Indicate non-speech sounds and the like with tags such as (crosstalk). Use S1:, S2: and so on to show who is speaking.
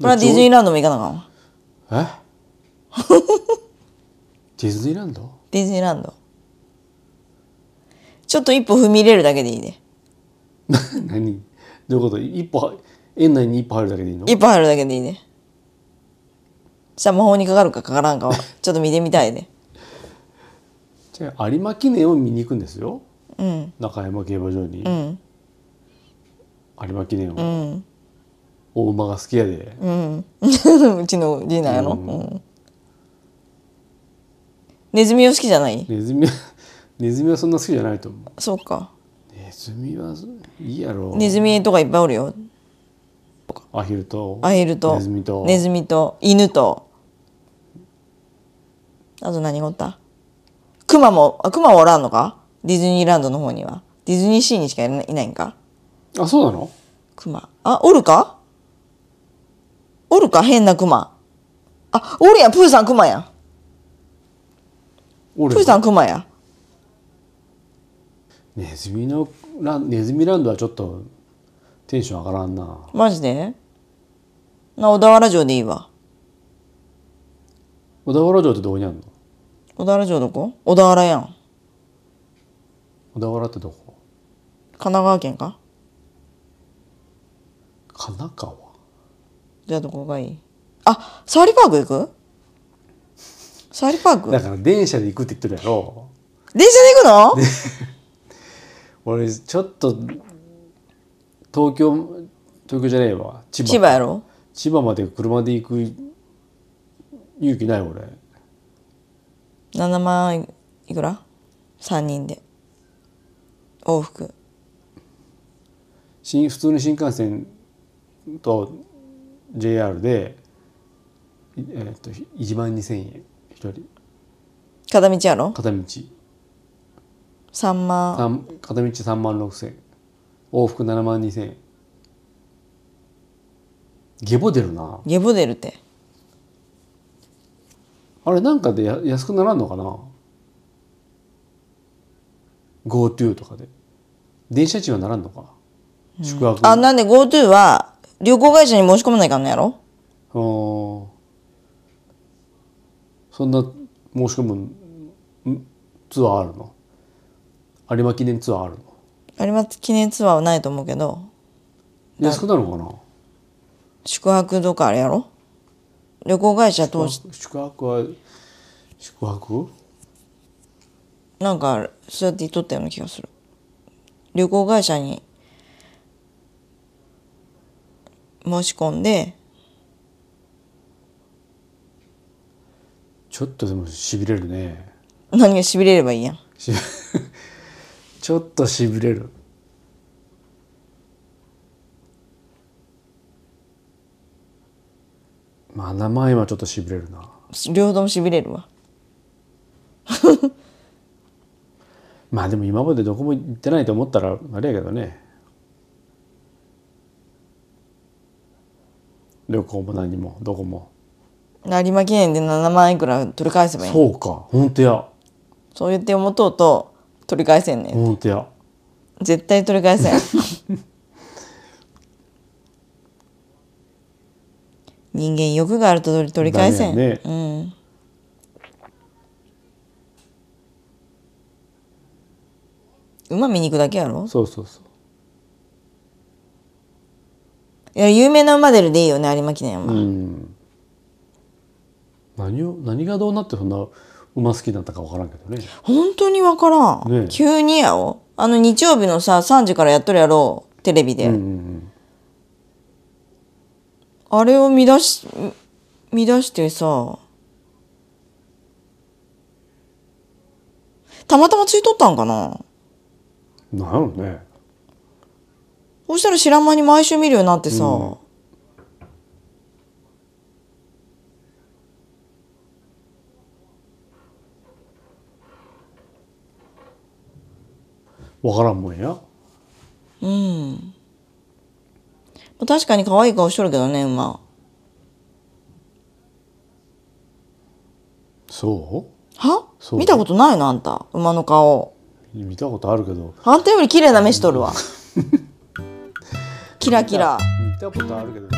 S1: れはディズニーランドも行かなあかんわ
S2: (laughs) えディズニーランド
S1: ディズニーランドちょっと一歩踏み入れるだけでいいね
S2: な (laughs) 何どういうこと一歩は園内に一歩入るだけでいいの
S1: 一歩入るだけでいいねじゃあ魔法にかかるかかから (laughs) んかはちょっと見てみたいね
S2: じゃあ有馬記念を見に行くんですよ
S1: うん
S2: 中山競馬場に、
S1: うん
S2: 有馬記念を、
S1: うん (laughs)
S2: 大馬が好きやで、
S1: うんうちの次男やろ、う
S2: うんん
S1: ネズミを好きじゃない
S2: ネズミは (laughs) ネズミはそんな好きじゃないと思う
S1: そうか
S2: ネズミはいいやろ
S1: ネズミとかいっぱいおるよ
S2: アヒルと
S1: アヒルと
S2: ネズミと
S1: ネズミと犬とあと何がおったクマもあクマはおらんのかディズニーランドの方にはディズニーシーにしかいないいないんか
S2: あそうなの
S1: クマあおるかおるか変なクマあおるやんプーさんクマやん
S2: 俺
S1: プーさんクマや
S2: ネズミのランネズミランドはちょっとテンション上がらんな
S1: マジでな小田原城でいいわ
S2: 小田原城ってどこにあるの
S1: 小田原城どこ小田原やん
S2: 小田原ってどこ
S1: 神奈川県か
S2: 神奈川
S1: じゃあどこがいいあサワリパーク行くサワリパーク
S2: だから電車で行くって言ってるやろ
S1: 電車で行くの
S2: 俺ちょっと東京東京じゃねえわ千葉
S1: 千葉やろ
S2: 千葉まで車で行く勇気ない俺
S1: 7万いくら ?3 人で往復
S2: 新普通に新幹線と JR で、いえーっと1万2,000円一人
S1: 片道やろ
S2: 片道
S1: 3万
S2: 三片道3万6,000円往復7万2,000円下ボ出るな
S1: ゲボ出るって
S2: あれなんかでや安くならんのかな GoTo とかで電車賃はならんのか、宿泊
S1: あなんで GoTo は旅行会社に申し込まないかんのやろ
S2: あーそんな申し込むんツアーあるの有馬記念ツアーあるの
S1: 有馬記念ツアーはないと思うけど
S2: 安くなるのかな
S1: 宿泊とかあれやろ旅行会社通し
S2: 宿泊は宿泊
S1: なんかそうやって言っとったような気がする旅行会社に申し込んで
S2: ちょっとでもしびれるね
S1: 何がしびれればいいやん
S2: しちょっとしびれるまあ名前はちょっとしびれるな
S1: 両方ともしびれるわ
S2: まあでも今までどこも行ってないと思ったらあれやけどね旅行も何もどこも
S1: 有馬記念で7万いくら取り返せばいいそう
S2: そうか本当や
S1: そう言って思っとうと取り返せんねん
S2: 本当や
S1: 絶対取り返
S2: (laughs)
S1: せん人間欲があると取り取り返せん、
S2: ダメやね
S1: うん馬見に行くだけやろ
S2: そうそうそう
S1: いや有名な馬出るでいいよね有馬記念は、
S2: うん何を何がどうなってそんな馬好きになったか分からんけどね
S1: 本当にわからん、
S2: ねえ
S1: 急にやろあの日曜日のさ3時からやっとるやろテレビで、
S2: うんうん
S1: あれを見出し、見出してさ、たまたまついとったんかな
S2: うんなんやろね
S1: そうしたら知らん間に毎週見るようになってさ、
S2: 分からんもんや
S1: 確かに可愛い顔しとるけどね、馬。
S2: そ
S1: は
S2: そう
S1: 見たことないのあんた、馬の顔。
S2: う見たことあるけど (laughs)
S1: あんたより綺麗な目しとるわ。キラキラ。
S2: 見たことあるけど